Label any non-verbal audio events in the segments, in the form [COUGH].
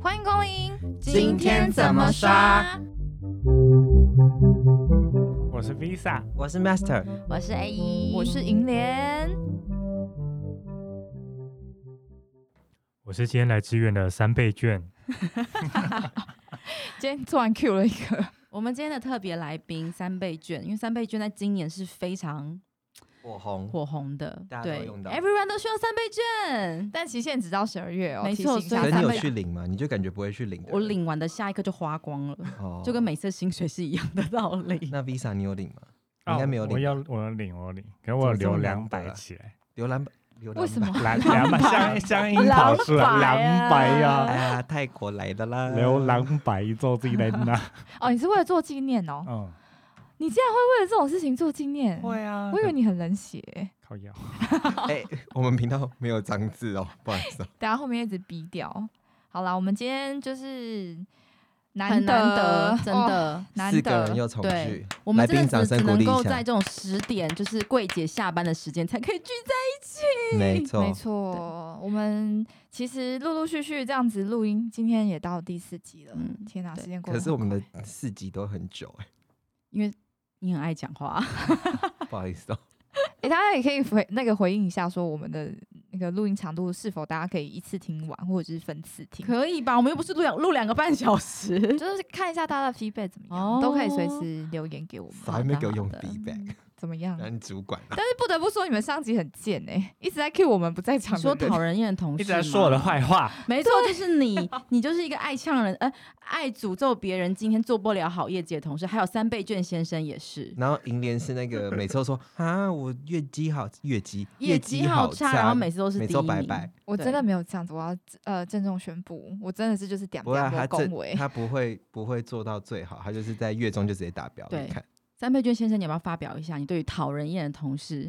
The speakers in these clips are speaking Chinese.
欢迎光临，今天怎么刷？我是 Visa，我是 Master，我是 A 一，我是银莲，我是今天来支援的三倍券。今天突然 Q 了一个，我们今天的特别来宾三倍券，因为三倍券在今年是非常火红。火红的，大家都对用到，everyone 都需要三倍券。但期限只到十二月哦，没错提醒一所以下可是咱你们有去领吗？你就感觉不会去领的。我，领完的下一刻就花光了，哦就跟每次薪水是一样的道 [LAUGHS] 理。那 Visa 你有领吗？啊应该没有哦我领。要我要领，我要领，可我有怎么留这么两难得啊百起来，浏览浏览为什么？两两百 [LAUGHS] 香香樱啊跑出来，两百两百啊哎呀，呀，泰国来的啦，留两百之后自己来 [LAUGHS] 拿。哦，你是为了做纪念哦？嗯，你竟然会为了这种事情做纪念？啊我以为你很冷血，靠腰。哎、我们频道没有脏字哦， [LAUGHS] 不好意思、哦。等下后面一直逼掉。好啦，我们今天就是难很难得得，，真哦的，四难个人得。又重对聚，我们来真宾的掌只声只鼓能励够一在下。这种十点，就是柜姐下班的时间才可以聚在。没错，没错，我们其实陆陆续续这样子录音，今天也到第四集了。嗯天哪，对时间过可得是很我们的四集都很久哎、 [LAUGHS] 因为你很爱讲话，不好意思哦。诶，大家也可以回那个回应一下，说我们的那个录音长度是否大家可以一次听完，或者是分次听， [LAUGHS] 可以吧？我们又不是录两录两个半小 [LAUGHS] 时。就是看一下大家的 feedback 怎么样，都可以随哦时留言给我哎们啊少还没给我用好的嗯 feedback，怎么样。然后你主管啊但，是不得不说，你们上集很贱哎、一直在 cue 我们不在场你说的人讨人厌的同事，一直在说我的坏话，没错，就是 [LAUGHS] 你，你就是一个爱呛人，呃，爱诅咒别人，今天做不了好业绩的同事，还有三倍券先生也是，然后银莲是那个每次都说啊，我月绩好，月绩绩好差，然后每次都是每第次一都拜名，拜。我真的没有这样子，我要呃郑重宣布，我真的是就是点不会啊，他点恭这维。他不会不会做到最好，他就是在月中就直接达标。对你看，三倍券先生，你要不要发表一下你对于讨人厌的同事？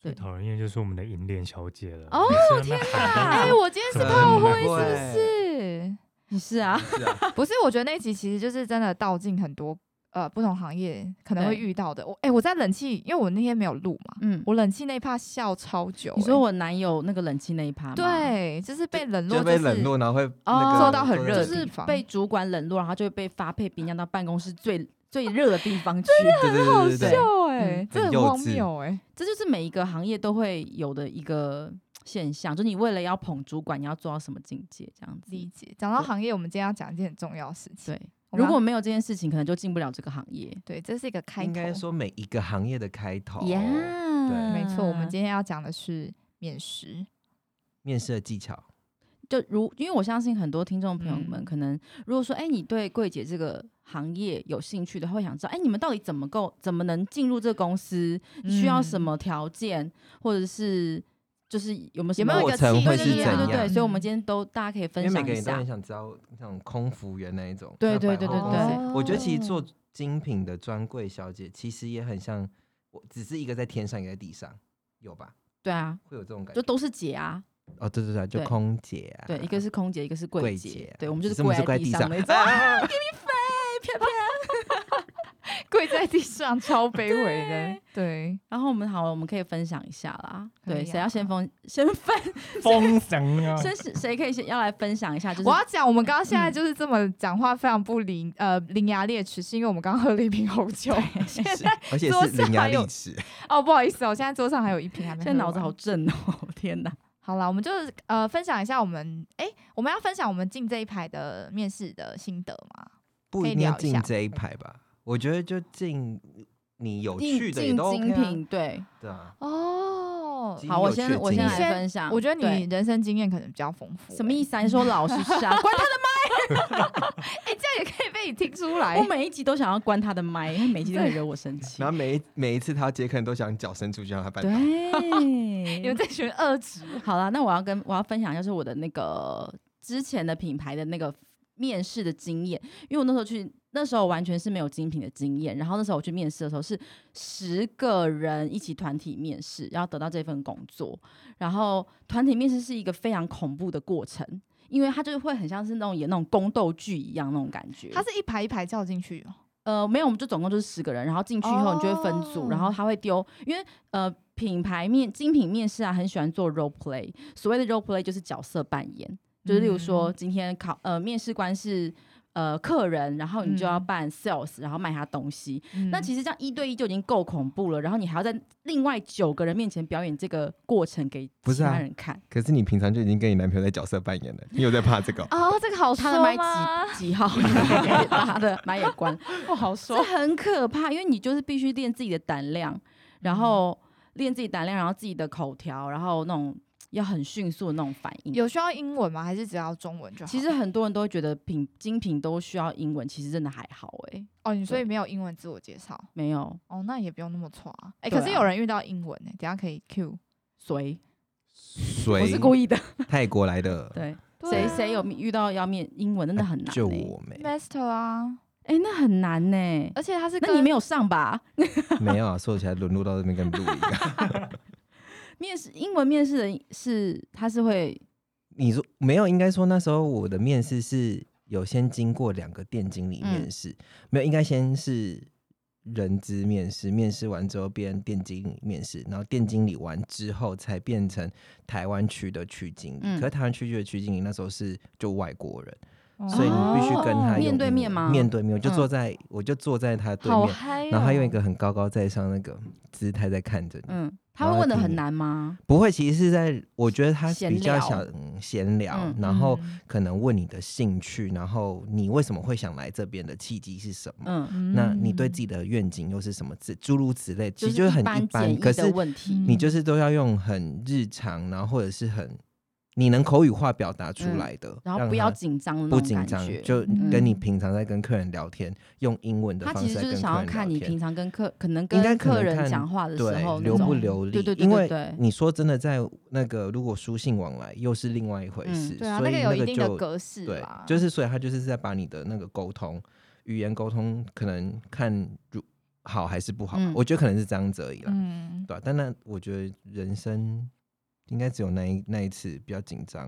对最讨人厌就是我们的银莲小姐了。哦你是不是喊啊哎、得我今天是炮 [LAUGHS] 灰很哎会是你是啊，是啊，不是？不是，我觉得那集其实就是真的道尽很多呃不同行业可能会对遇到的。我哎、我在冷气，因为我那天没有录嘛，嗯，我冷气那一趴笑超久、你欸说我男友那个冷气那一趴吗，对，就是被冷落、就就是，被冷落，然后会哦那个受到很热的就是地方被主管冷落，然后就会被发配兵，让到办公室最最热的地方去，对对对对对对，笑哎、欸，嗯这很很幼荒稚谬哎、啊这就是每一个行业都会有的一个现象，就是你为了要捧主管，你要做到什么境界这样子。理解。讲到对行业，我们今天要讲一件很重要的事情。对，我们如要果没有这件事情，可能就进不了这个行业。对，这是一个开头。应该说每一个行业的开头。 Yeah，没错，我嗯们今天要讲的是面食。面试的技巧，就如，因为我相信很多听众朋友们嗯可能，如果说，哎、你对柜姐这个行业有兴趣的话，会想知道，哎、你们到底怎么够，怎么能进入这公司，需要什嗯么条件，或者是就是有没有什么有没有一过个程契会对是机啊怎对对对对样嗯对，？所以我们今天都大家可以因分为每享个一人都下很。想知道那种空服员那一种。对像对百对货对公对司我觉得其实哦 [LAUGHS] 做精品的专柜小姐其实也很像，我只是一个在天上，一个在地上，有吧？对啊，会有这种感就觉。都是姐啊，哦，对对对，就对空姐啊，对，一个是空姐，一个是柜柜姐，姐啊对，我们就只是是我跪们是在跪地地上 [LAUGHS] 上 [LAUGHS] 那种。跪在地上，超卑微的。对，然后我们好，我们可以分享一下啦。可以对，啊谁要先分先分疯神啊！谁是谁可以先要来分享一下？就是我要讲，我们刚刚现在就是这么讲话，非常不伶呃伶牙俐齿，是因为我们刚刚喝了一瓶红酒。 [LAUGHS] 现是在而且桌是伶上牙还有俐齿。 [LAUGHS] 哦，不好意思哦，现在桌上还有一瓶还没现喝完。在脑子好正哦，天哪！好了，我们就是呃分享一下我们哎、我们要分享我们进这一排的面试的心得嘛？不可以一定要聊一下进这一排吧？我觉得就进你有趣的也进都 OK 精啊品，对。对啊。哦精好，我有趣先的我经先验来分享。我觉得你对人生经验可能比较丰富、什么思？意思啊？你说老师是 [LAUGHS] 啊，关他哎、这样也可以被你听出来 [LAUGHS] 的！我。每一集都想要关他的麦，他每一集都很惹我生气然。后每一每一次他要接客人都想脚伸出去让他绊倒。 [LAUGHS] 你们对，这群恶职，好啦，那我要跟我要分享就是我的那个之前的品牌的那个面试的经验，因为我那时候去，那时候完全是没有精品的经验。然后那时候我去面试的时候是十个人一起团体面试，然后得到这份工作。然后团体面试是一个非常恐怖的过程，因为它就是会很像是那种演那种宫斗剧一样那种感觉。 [LAUGHS] 他是一排一排叫进去哦。呃，没有，我们就总共就是十个人，然后进去以后你就会分组，哦然后他会丢，因为呃品牌面精品面试啊，很喜欢做 role play。所谓的 role play 就是角色扮演，就是例如说嗯今天考呃面试官是呃客人，然后你就要嗯扮 sales，然后卖他东西。那实其实这样一对一就已经够恐怖了，然后你还要在另外九个人面前表演这个过程给不其是啊他人看。可是你平常就已经跟你男朋友在角色扮演了，你有在怕这个 [LAUGHS] 哦、哦，这个好他的说麦吗？几几号？他的麦也关， [LAUGHS] 不好这。很可怕，因为你就是必须练自己的胆量，嗯然后练自己胆量，然后自己的口条，然后那种要很迅速的那种反应。有需要英文吗？还是只要中文就好？其实很多人都会觉得品精品都需要英文，其实真的还好哎、哦，你所以对没有英文自我介绍没有哦，那也不用那么挫啊。哎，对可是啊有人遇到英文呢，等一下可以 Q。谁，谁我是故意的。泰国来的，啊对，啊谁啊谁有遇到要面英文真的很难、欸，哎就我没嗯 master 啊？哎、那很难呢、欸而且他是那你跟没有上吧？没有啊，说起来沦落到这边跟你录一样。面试英文面试的是他是会你说没有，应该说那时候我的面试是有先经过两个店经理面嗯试，没有，应该先是人资面试，面试完之后变店经理面试，然后店经理完之后才变成台湾区的区经理。嗯可是台湾区的区经理那时候是就外国人，哦所以你必须跟他哦用面对英文面吗面对面，我就嗯坐在、我就坐在他对好面，嗨哦。然后他用一个很高高在上那个姿态在看着你。嗯，他啊会问的很难吗？不会，其实是在我觉得他闲比较聊想嗯闲聊，嗯然后嗯可能问你的兴趣，然后你为什么会想来这边的契机是什么？嗯，那你对自己己的愿景又是什么？之诸如此类，其就实是就是很般一简般，易可是的问题，嗯你就是都要用很日常，然后或者是很你能口语化表达出嗯来的，然后让不要他紧张的不那种紧感张觉，，就嗯跟你平常在跟客人聊天，用英文的他方其式实在就跟是客人想要聊看你平天。常跟客可能应该跟可客能人看讲话的时对候那流不种流利，对对对因对为对，你说真的，在那个如果书信往来又是另外一回嗯事，对啊，所那以个有一定的就格式对啦，，就是所以他就是在把你的那个沟通语言沟通，可能看如好还是不好吧，嗯我觉得可能是这样子而已啦，嗯，对吧、啊但那我觉得人生应该只有那一那一次比较紧张，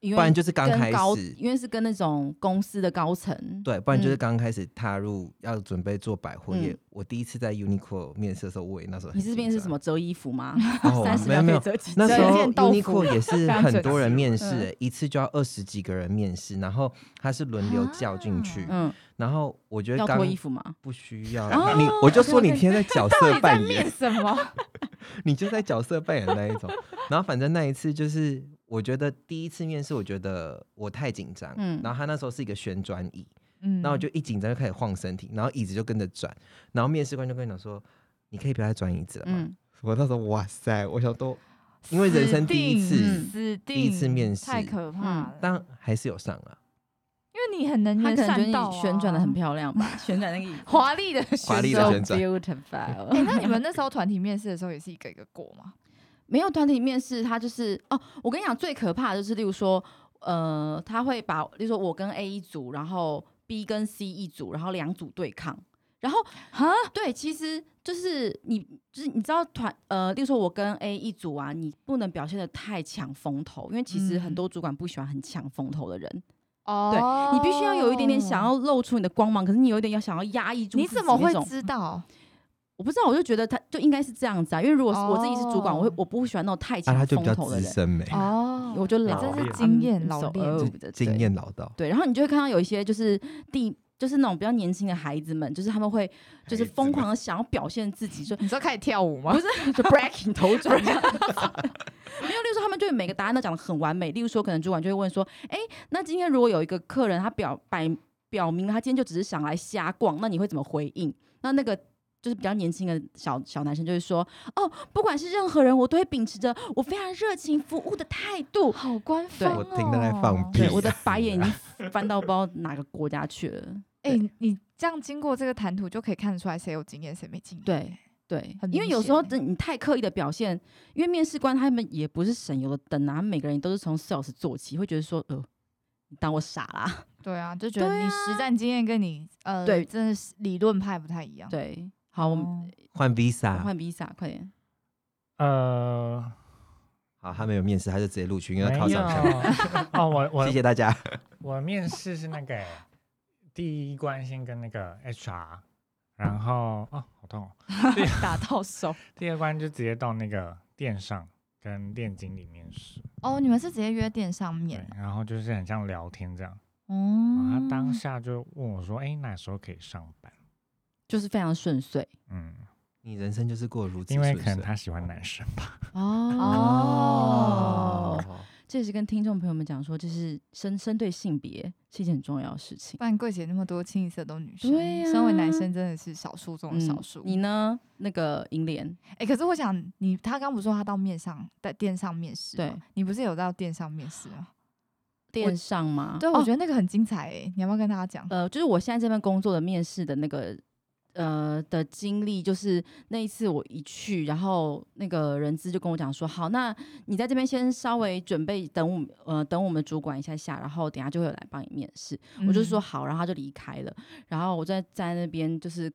因不为然就是刚跟开高，始。因为是跟那种公司的高层，对，不然就是嗯刚开始踏入要准备做百货业。嗯我第一次在 Uniqlo 面试的时候，我也那时候很你是面紧是张什么折衣服 [LAUGHS] 吗？哦三十没有没有，折几那折时候一件豆腐 Uniqlo 也是很多 [LAUGHS] 人面试、非常准欸，一次就要二十几个人面试，然后他是轮流叫进去，啊嗯，然后我觉得要刚脱衣服吗？不需要哦你，我就我说看你天天在角色扮 [LAUGHS] 演，什么？你就在角色扮演那一种。然后反正那一次就是，我觉得第一次面试，我觉得我太紧张，嗯然后他那时候是一个旋转椅，嗯然后我就一紧张就开始晃身体，然后椅子就跟着转，然后面试官就跟你讲说，你可以不要再转椅子了吗？ [LAUGHS] 嗯，我那时候哇塞，我想都因为人生第一死次定嗯死定第一次面试太可怕了。但还是有上啊，因为你很能他言可能觉善道得啊，你旋转的很漂亮吧， [LAUGHS] 旋转那个椅子华丽的华丽的旋转。旋转 So beautiful 哎、那你们那时候团体面试的时候也是一个一个过吗？没有团体面试，他就是哦，我跟你讲，最可怕的就是，例如说，呃，他会把，例如说我跟 A 一组，然后 B 跟 C 一组，然后两组对抗，然后哈，对，其实就是你，就是你知道团，呃，例如说我跟 A 一组啊，你不能表现的太抢风头，因为其实很嗯多主管不喜欢很抢风头的人，哦你必须要有一点点想要露出你的光芒，可是你有一点要想要压抑住你自己怎么那会种知道？我不知道，我就觉得他就应该是这样子啊，因为如果是我自己是主管，我会哦我不会喜欢那种太啊，抢他就风比较头的资人。深没、哦我就哎老这是练经验老练练，经。验老道，对，然后你就会看到有一些就是第就是那种比较年轻的孩子们，就是他们会就是孩子疯们狂的想要表现自己，就你知道开始跳舞吗不？是就 [LAUGHS] breaking 头转这样子。没有，例如说他们对每个答案都讲的很完美。例如说，可能主管就会问说：“哎，那今天如果有一个客人他表摆表明他今天就只是想来瞎逛，那你会怎么回应？”那那个。就是比较年轻的小小男生，就会说哦，不管是任何人，我都会秉持着我非常热情服务的态度，好官方、哦，我听到在放屁 [LAUGHS] 对，我的白眼已经翻到不知道哪个国家去了。哎、你这样经过这个谈吐就可以看得出来谁有经验谁没经验。对，对很，因为明有时候显欸真你太刻意的表现，因为面试官他们也不是省油的灯啊，他们每个人都是从 sales 做起，会觉得说呃。你当我傻 [LAUGHS] 啦？对啊，就觉得对你实战经验跟你呃，对真的是理论派不太一样。对，好，我们哦换我 Visa，换 Visa，快点。呃，好，他没有面试，他就直接录取，因为没他靠有上项。 [LAUGHS] 哦，我我谢谢大家。我面试是那个欸第一关先跟那个 HR，然后哦，好痛哦。打到手。第二关就直接到那个店上跟店经理面试，哦，你们是直接约店上面啊对，然后就是很像聊天这样。哦然嗯后他当下就问我说：“哎、哪时候可以上班就是非常顺遂？”嗯，你人生就是过得如此因为顺可能遂他喜欢男生吧。哦哦，这也是跟听众朋友们讲说，就是身身对性别是一件很重要的事情。不然柜姐那么多清一色都女生，对身为男啊生真的是少数中的少数。嗯你呢？那个银莲，哎、可是我想你，他刚不是说他到面上在店上面试吗，对你不是有到店上面试吗？电上吗？对，我哦觉得那个很精彩哎、你要不要跟大家讲？呃，就是我现在这份工作的面试的那个呃的经历，就是那一次我一去，然后那个人资就跟我讲说，好，那你在这边先稍微准备，等我们呃等我们主管一下下，然后等一下就会有来帮你面试。我就说嗯，好，然后他就离开了，然后我在在那边就是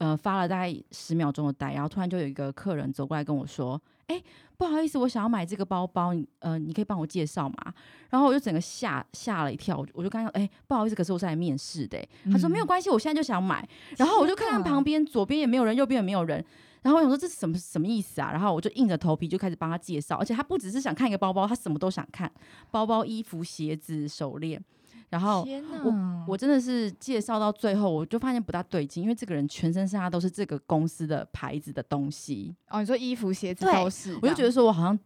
呃发了大概十秒钟的呆，然后突然就有一个客人走过来跟我说。哎、不好意思，我想要买这个包包，你呃，你可以帮我介绍吗？然后我就整个吓吓了一跳，我就我就跟他说，哎、不好意思，可是我是来面试的、欸他说没有嗯关系，我现在就想买。然后我就看看旁边，左边也没有人，右边也没有人。然后我想说这是什么什么意思啊？然后我就硬着头皮就开始帮他介绍，而且他不只是想看一个包包，他什么都想看，包包、衣服、鞋子、手链。然后天哪，我真的是介绍到最后，我就发现不大对劲，因为这个人全身上下都是这个公司的牌子的东西，哦，你说衣服、鞋子对都是，啊我就觉得说我好像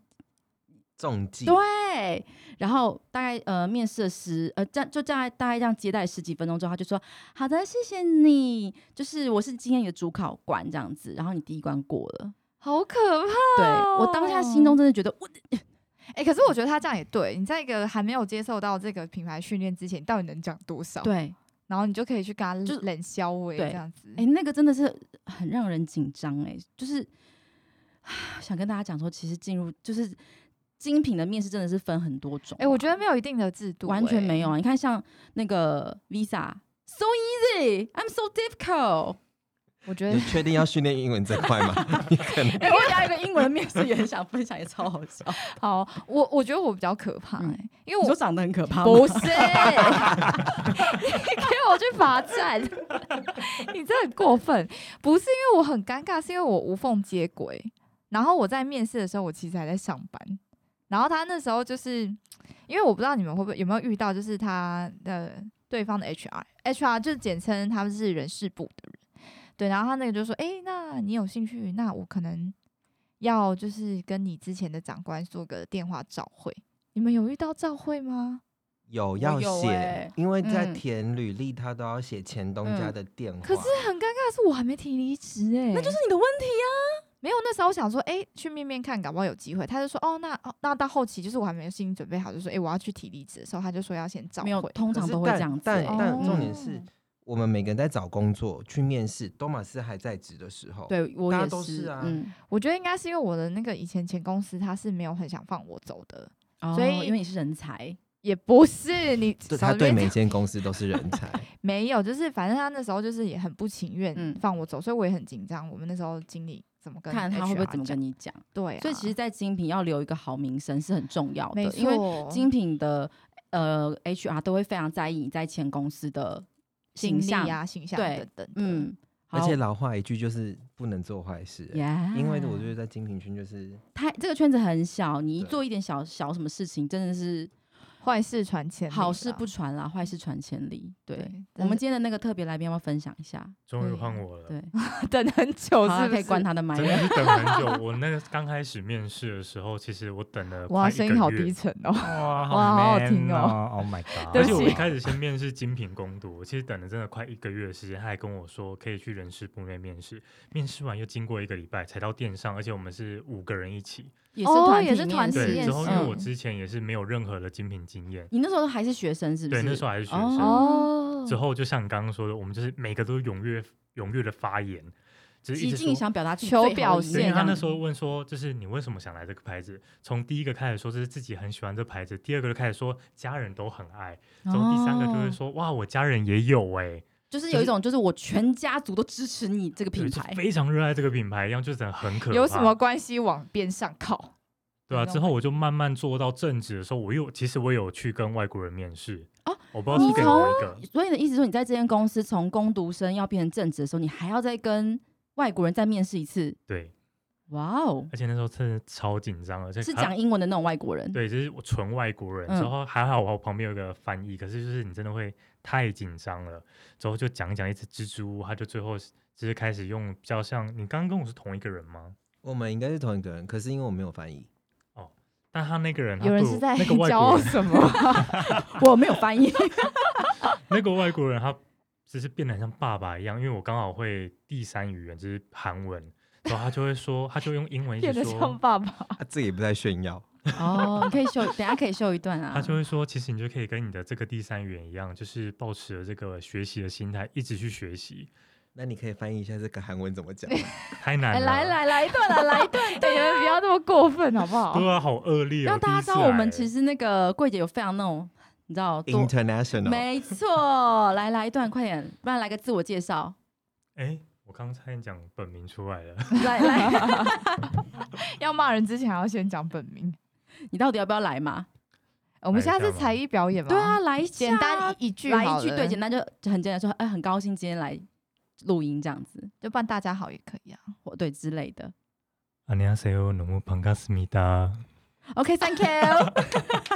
中计，对，啊然后大概呃面试了十呃这样就大概大概这样接待十几分钟之后，他就说好的，谢谢你，就是我是今天你的主考官这样子，然后你第一关过了。好可怕。对我当下心哦中真的觉得我哎、可是我觉得他这样也对，你在一个还没有接受到这个品牌训练之前，你到底能讲多少？，对，然后你就可以去跟他就冷消微对这样子。哎、那个真的是很让人紧张哎，就是唉想跟大家讲说，其实进入就是精品的面试真的是分很多种啊，哎、我觉得没有一定的制度、完全没有哎。啊！你看，像那个 Visa。So easy, I'm so difficult。我觉得你，确定要训练英文这块 [LAUGHS] 吗？你可能哎、我讲一个英文的面试也很想分享，也超好笑。好，我我觉得我比较可怕、哎，嗯因为 [LAUGHS] 你我说长得很可怕吗？不是， [LAUGHS] 你给我去罚站， [LAUGHS] 你真的很过分。不是因为我很尴尬，是因为我无缝接轨。然后我在面试的时候，我其实还在上班。然后他那时候就是，因为我不知道你们会不会有没有遇到，就是他的呃对方的 HR，HR 就是简称他们是人事部的人。对，然后他那个就说：“诶，那你有兴趣？那我可能要就是跟你之前的长官做个电话照会。你们有遇到照会吗？有要有写，欸因为在嗯填履历，他都要写前东家嗯的电话。可是很尴尬，是我还没提离职哎， [LAUGHS] 那就是你的问题啊！没有那时候我想说，哎、去面面看，搞不好有机会。他就说，哦，那哦那到后期就是我还没有心理准备好，就说，哎、我要去提离职的时候，他就说要先找没有，回通可常是都会但这样子、但欸但重点是哦我们每个人在找工作、去面试，多马斯还在职的时候，，对我大家也都是啊嗯，我觉得应该是因为我的那个以前前公司他是没有很想放我走的，所所以、以哦因为你是人才，也不是 [LAUGHS] 你他少对在每间公司都是人才。没有，就是反正他那时候就是也很不情愿嗯放我走，所以我也很紧张。我们那时候经理怎么跟看他会不会 HR 怎么讲跟你讲。对、啊，所以其实，在精品要留一个好名声是很重要的没，因为啊错，精品的呃 HR 都会非常在意你在前公司的经形历象。啊、形象对等等的，嗯，而且老话一句就是不能做坏事、欸呀因为我觉得在精品圈就是他这个圈子很小，你一对做一点小小什么事情，真的是坏事传千里啦，好事不传啦，坏事传千里。对，对，我们今天的那个特别来宾要不要分享一下？终于对换我了，对，等很久好啊是不是，可以关他的麦真了。的是等很久。我那个刚开始面试的时候，其实我等了哇，快呃一声个音好月低。沉哦。 [LAUGHS] 哇，哇好好 man 听哦哦！Oh my god！对而不且我起一开始先面试精品攻读，我其实等了真的快一个月的时间，他还跟我说可以去人事部那边面试，面试完又经过一个礼拜才到店上，而且我们是五个人一起。也哦团也体是面团体试实对，验之后因为我嗯之前也是没有任何的精品经验，你那时候还是学生是不对，是？那时候还是学哦生。哦之后就像你刚刚说的，我们就是每个都踊跃踊跃的发言，就是一极直尽说。想表啊达自己求最好的表一现对，面因为这他样那时候问说，就是你为什么想来这个牌子？从第一个开始说，就是自己很喜欢这牌子；第二个就开始说家人都很爱；然后第三个就是说，哇，我家人也有哎、就是哦有一种就是我全家族都支持你这个对品就牌，非常热爱这个品牌，一样就是很可怕。有什么关系往边上靠？啊对啊，那种之后我就慢慢做到正职的时候，我又其实我有去跟外国人面试哦，我不知道是你给我一个所以你的意思是说，你在这间公司从工读生要变成正职的时候，你还要再跟外国人再面试一次，对，哇哦，而且那时候真的超紧张，而且是他讲英文的那种外国人，对，就是我纯外国人，嗯之后还好我旁边有个翻译，可是就是你真的会太紧张了，之后就讲一讲一只蜘蛛，他就最后是就是开始用比较像你刚刚跟我是同一个人吗？我们应该是同一个人，可是因为我没有翻译，但他那个人，他有人对是我在那个外骄国傲人，什么？ [LAUGHS] [LAUGHS] 我没有翻译，那个外国人他就是变得很像爸爸一样，因为我刚好会第三语言就是韩文，然后他就会说，他就用英文一变直得像说，爸爸。 [LAUGHS] 啊他自啊己也不在炫耀。哦，你可以秀，等一下可以秀一段啊他。就会说，其实你就可以跟你的这个第三语言一样，就是保持了这个学习的心态，一直去学习，那你可以翻译一下这个韩文怎么 [LAUGHS] 讲？太难哎，了，来来来一段啊啦，来一 [LAUGHS] 段，对，你们不要这么过分好不好？对啊，好恶劣哦！让大家知道我们其实实那个柜姐有非常那种，你知道多 International，没错，来来一段，快点，不然来个自我介绍， [LAUGHS] 哎、我刚才讲本名出来了， [LAUGHS] 来来， [LAUGHS] 要骂人之前还要先讲本名。呃你到底要不要 [LAUGHS] 来嘛？我们来一下下次吗才艺表演吧。对啊，，来一下简单一一句来好一句，了对，简单就就很简单说，哎，很高兴今天来录音这样子，就扮大家好也可以啊。或对之类的。 안녕하세요너무반갑습니다。 OK，Thank、you。 [LAUGHS]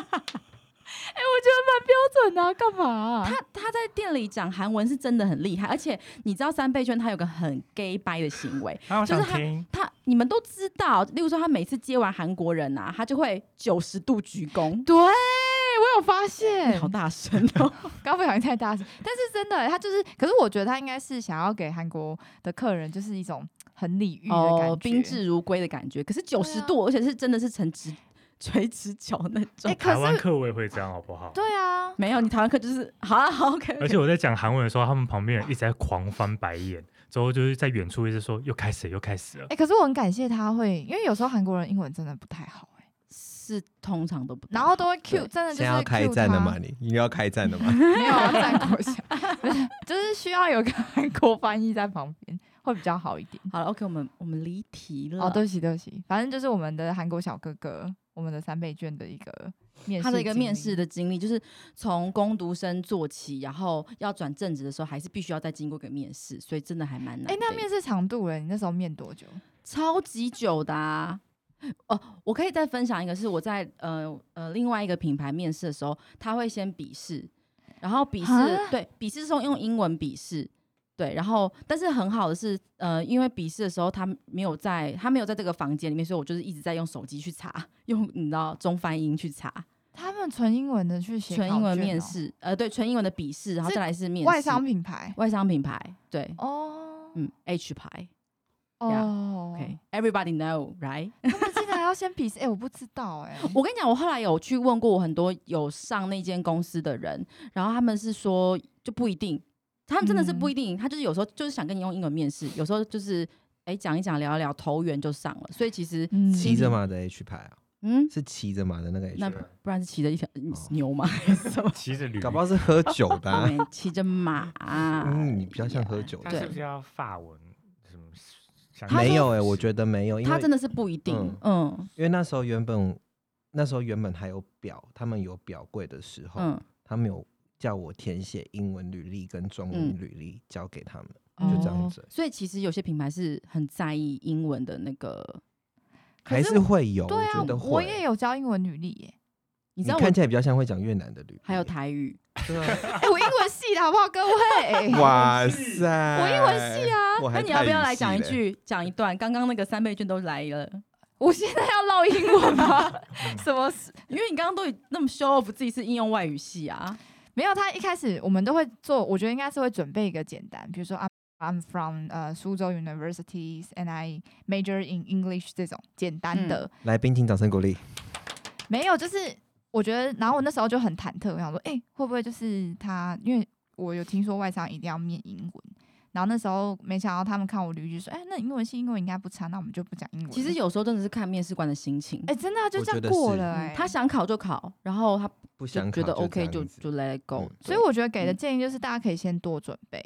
哎，我觉得蛮标准的啊，干嘛啊？他他在店里讲韩文是真的很厉害，而且你知道三倍券他有个很 gay 掰的行为， [LAUGHS] 啊，我就是想他听，他你们都知道，例如说他每次接完韩国人啊，他就会九十度鞠躬，对，我有发现，好大声哦，刚不小心太大声，但是真的欸、他就是，可是我觉得他应该是想要给韩国的客人就是一种很礼遇的感觉，哦宾至如归的感觉。可是九十啊度，而且是真的是呈直垂直角 [LAUGHS] 那种。哎、台可湾是客我也会这样，好不好？对啊，没有，你台湾客就是好啊好 OK，而且我在讲韩文的时候，他们旁边人一直在狂翻白眼，之后就是在远处一直说又开始了又开始了哎、。可是我很感谢他会，因为有时候韩国人英文真的不太好、欸，是通常都不太然后都会 Q，对真的就现是在要 cue 开战了他吗？？你你要开战了吗？ [LAUGHS] 没有啊，站国下，不是就是需要有个韩国翻译在旁边会比较好一点。好了 OK，我们我们离题了。哦，对不起对不起，反正就是我们的韩国小哥哥，我们的三倍券的一个面试经历，他的一个面试的经历，就是从工读生做起，然后要转正职的时候，还是必须要再经过一个面试，所以真的还蛮难的。哎、那面试长度嘞？你那时候面多久？超级久的、啊。哦，我可以再分享一个，是我在呃呃另外一个品牌面试的时候，他会先笔试，然后笔试啊对笔试是用英文笔试，对，然后但是很好的是，呃，因为笔试的时候他没有在他没有在这个房间里面，所以我就是一直在用手机去查，用你知道中翻英去查，他们纯英文的去写纯考英文卷面哦，试，呃，对，纯英文的笔试，然后是再来是面试外商品牌外商品牌，对，哦，嗯，H 牌呀哦， ，OK，everybody、know right？他们竟然还要先比试，哎、我不知道 [LAUGHS] 哎、我跟你讲，我后来有去问过我很多有上那间公司的人，然后他们是说就不一定，他们真的是不一定，他就是有时候就是想跟你用英文面试，有时候就是哎讲一讲聊一聊投缘就上了，所以其实嗯骑着马的 H 牌啊，嗯，是骑着马的那个 H 那牌，不不然是骑着一条嗯哦牛 [LAUGHS] 吗？还是什么？骑着驴搞不好是喝酒的 [LAUGHS] 啊、对骑着马，嗯，你比较像喝酒他的。是啊对不是要法文什么想他说没有哎、我觉得没有，因他为真的是不一定，嗯因为那时候原本那时候原本还有表，他们有表柜的时候，嗯，他们有叫我填写英文履历跟中文履历交给他们，嗯就这样嗯哦子所以其实有些品牌是很在意英文的那个，可还是是会有，对啊觉得，会。我也有教英文履历耶、 [LAUGHS] 你你知道我看起来比较像会讲越南的履历，还有台语，对啊哎、我英文系的好不好，各位？哇塞，哎我英文系啊，哎我那还你要不要泰语来系讲一嘞？句，讲一段？刚刚那个三倍券都来了，我现在要唠英文 [LAUGHS] 吗？嗯什么事？因为你刚刚都已那么 show off 自己是应用外语系啊，没有，他一开始我们都会做，我觉得应该是会准备一个简单，比如说啊。I'm from 呃苏州 universities and I major in English 这种简单的，来宾，请掌声鼓励。没有，就是我觉得，然后我那时候就很忐忑，我想说，哎、会不会就是他？因为我有听说外商一定要念英文，然后那时候没想到他们看我履历就说，哎、那你英文系英文应该不差，那我们就不讲英文了。其实有时候真的是看面试官的心情。哎、真的啊、就我这样觉得过是了、嗯哎、他想考就考，然后他不就想觉得考 OK 这就样子就 let it go 嗯。所以我觉得给的嗯建议就是，大家可以先多准备，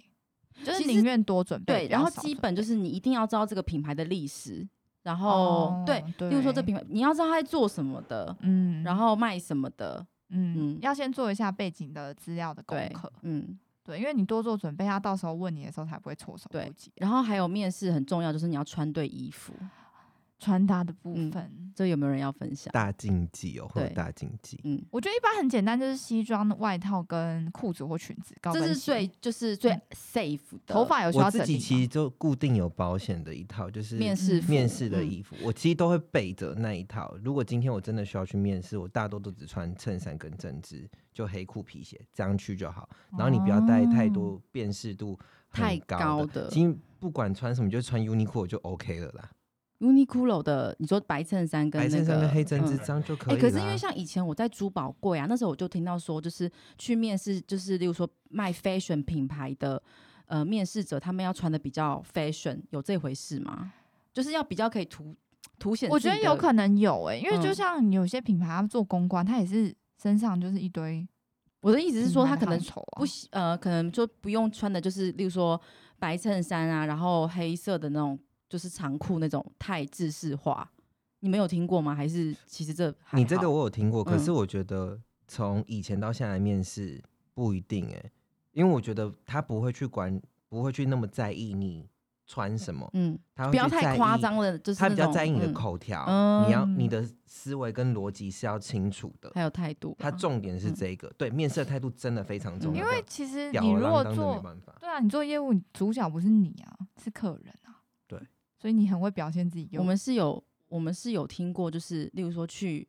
就是其实宁愿多准备。对，不然要后少基准本备就是你一定要知道这个品牌的历史，然后、哦对，对例如说这品牌你要知道它在做什么的，嗯，然后卖什么的，嗯嗯要先做一下背景的资料的功对课。，嗯，对，因为你多做准备，他到时候问你的时候才不会措手对不及。然后还有面试很重要，就是你要穿对衣服。穿搭的部嗯分，这有没有人要分享？大禁忌哦，会有对大禁忌。嗯，我觉得一般很简单，就是西装、外套跟裤子或裙子，高这跟是鞋最就是最嗯 safe 的。头发有需我要整自己理其实吗。就固定有保险的一套，就是面试嗯服面试的嗯衣服，我其实都会备着那一套。如果今天我真的需要去面试，我大多都只穿衬衫跟针织，就黑裤皮鞋这样去就好。然后你不要带太多辨识度很哦太高高的其实不管穿什么，你就穿 Uniqlo 就 OK 了啦。 Uniqlo 的，你说白衬衫跟白那衬衫个跟黑针织嗯这样就可哎、以啦。可是因为像以前我在珠宝柜啊，那时候我就听到说，就是去面试，就是例如说卖 fashion 品牌的呃面试者，他们要穿的比较 fashion，有这回事吗？就是要比较可以凸凸显。我觉得有可能有欸诶、因为就嗯像有些品牌他做公关，他也是身上就是一堆我的意思品牌的是行说，头啊，他可能丑不喜呃，可能就不用穿的，就是例如说白衬衫啊，然后黑色的那种就是长裤那种太制式化。你们有听过吗？还是其实这还你这个好我有听过，可嗯是我觉得从以前到现在面试不一定哎、因为我觉得他不会去管，不会去那么在意你穿什么，嗯，他会不要去在太意夸张了，就是他比那较种在意你的嗯口条，嗯你要你的思维跟逻辑是要清楚的。还有态度他啊。重点是嗯这个，对面试的态度真的非常重嗯要。因为其实吊你如儿郎果当真没做办法，对啊，你做业务你主角不是你啊，是客人啊。对，所以你很会表现自己优。我们是有我们是有听过，就是例如说去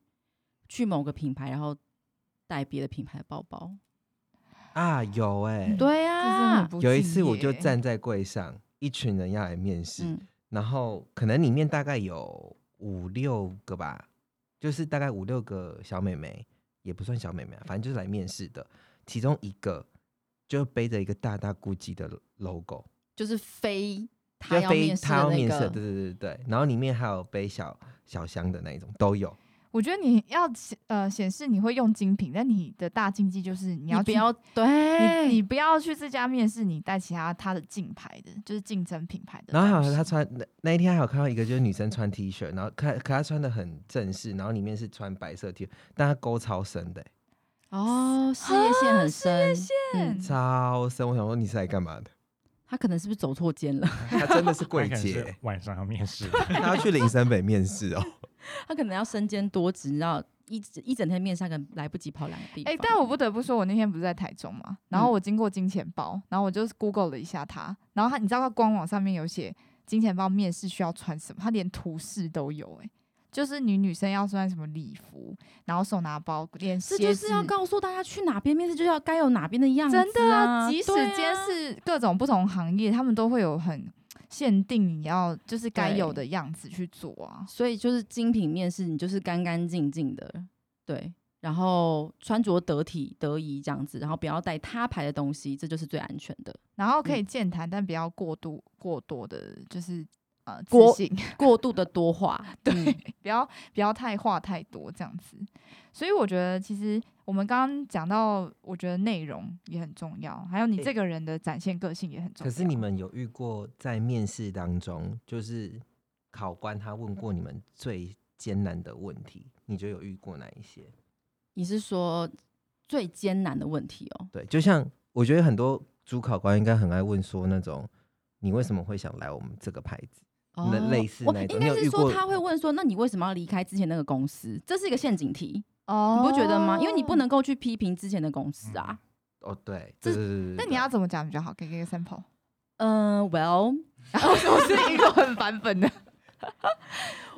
去某个品牌，然后带别的品牌包包。啊有哎、嗯对这真的很啊，不有一敬次我业就欸，站在柜上，一群人要来面试，嗯，然后可能里面大概有五六个吧，就是大概五六个小妹妹，也不算小妹妹、啊，反正就是来面试的。其中一个就背着一个大大 GUCCI 的 logo，就是非他就要背面试她要的那面试的，对个，对对对。然后里面还有背小小箱的那一种都有，我觉得你要显呃显示你会用精品，但你的大禁忌就是你你要不去要对你你不要去这家面试，你带其他他的竞牌的，就是竞争品牌的然东后西。还有她穿那那一天还有看到一个就是女生穿 T 恤，然后可可她穿的很正式，然后里面是穿白色 T，恤，但她勾超深的欸、哦，事业线很深，嗯线超深。我想说你是来干嘛的？他可能是不是走错间了？ [LAUGHS] 她真的 [LAUGHS] 是那柜可能是姐，欸晚上要面试， [LAUGHS] 她要去林森北面试哦。他可能要身兼多职，你知道一直一整天面试，他可能来不及跑两个地哎、方。但我不得不说，我那天不是在台中嘛，然后嗯我经过金钱豹，然后我就是 Google 了一下它，然后它你知道它官网上面有写金钱豹面试需要穿什么，它连图示都有、哎，就是你女生要穿什么礼服，然后手拿包，连这鞋就子是要告诉大家去哪边面试，就要该有哪边的样子、啊。真的啊，即使对啊今天是各种不同行业，他们都会有很限定你要就是该有对的样子去做啊。所以就是精品面试，你就是干干净净的，对，然后穿着得体得宜这样子，然后不要带他牌的东西，这就是最安全的。然后可嗯以健谈，但不要过度过多的，就是呃自过信， [LAUGHS] 过度的多话， [LAUGHS] 嗯对、不要不要太话太多这样子。所以我觉得，其实我们刚刚讲到，我觉得内容也很重要，还有你诶这个人的展现个性也很重 [LAUGHS] 可要。是你们有遇过在面试当中，就是考官他问过你们最艰难的问题，你就有遇过哪一些？你是说最艰难的问题哦？对，就像我觉得很多主考官应该很爱问说那种，你为什么会想来我们这个牌子？那哦类似我那一种应你该有遇是过说他会问说，那你为什么要离开之前那个公司？这是一个陷阱题，哦你不觉得吗？因为你不。能够去批评之前的公司啊。哦，对，这对对对对那对你要怎么讲比较好？给给个 sample。 [LAUGHS] 嗯、w e l l 然后我是一个很反本的，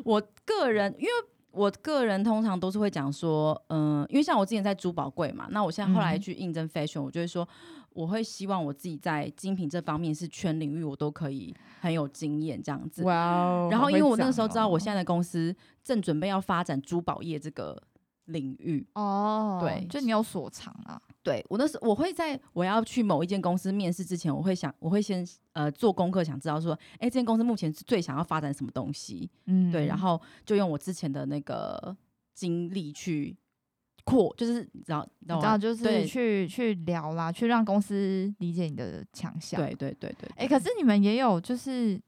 我个人，因为我个人通常都是会讲说，嗯、因为像我之前在珠宝柜嘛，那我现在后来嗯去应征 fashion，、我就会说，我会希望我自己在精品这方面是全领域我都可以很有经验这样子。哇哦然后因为我那个时候知道我现在。现在的公司正准备要发展珠宝业这个领域，哦，对就你有所长啊。对我那时我会在我要去某一间公司面试之前，我会想，我会先呃做功课，想知道说，哎、这间公司目前是最想要发展什么东西，嗯对，然后就用我之前的那个经历去扩，就是你知道，你知你道知道吗？就是对去去聊啦，去让公司理解你的强项。，对对对对，哎、可是你们也有就是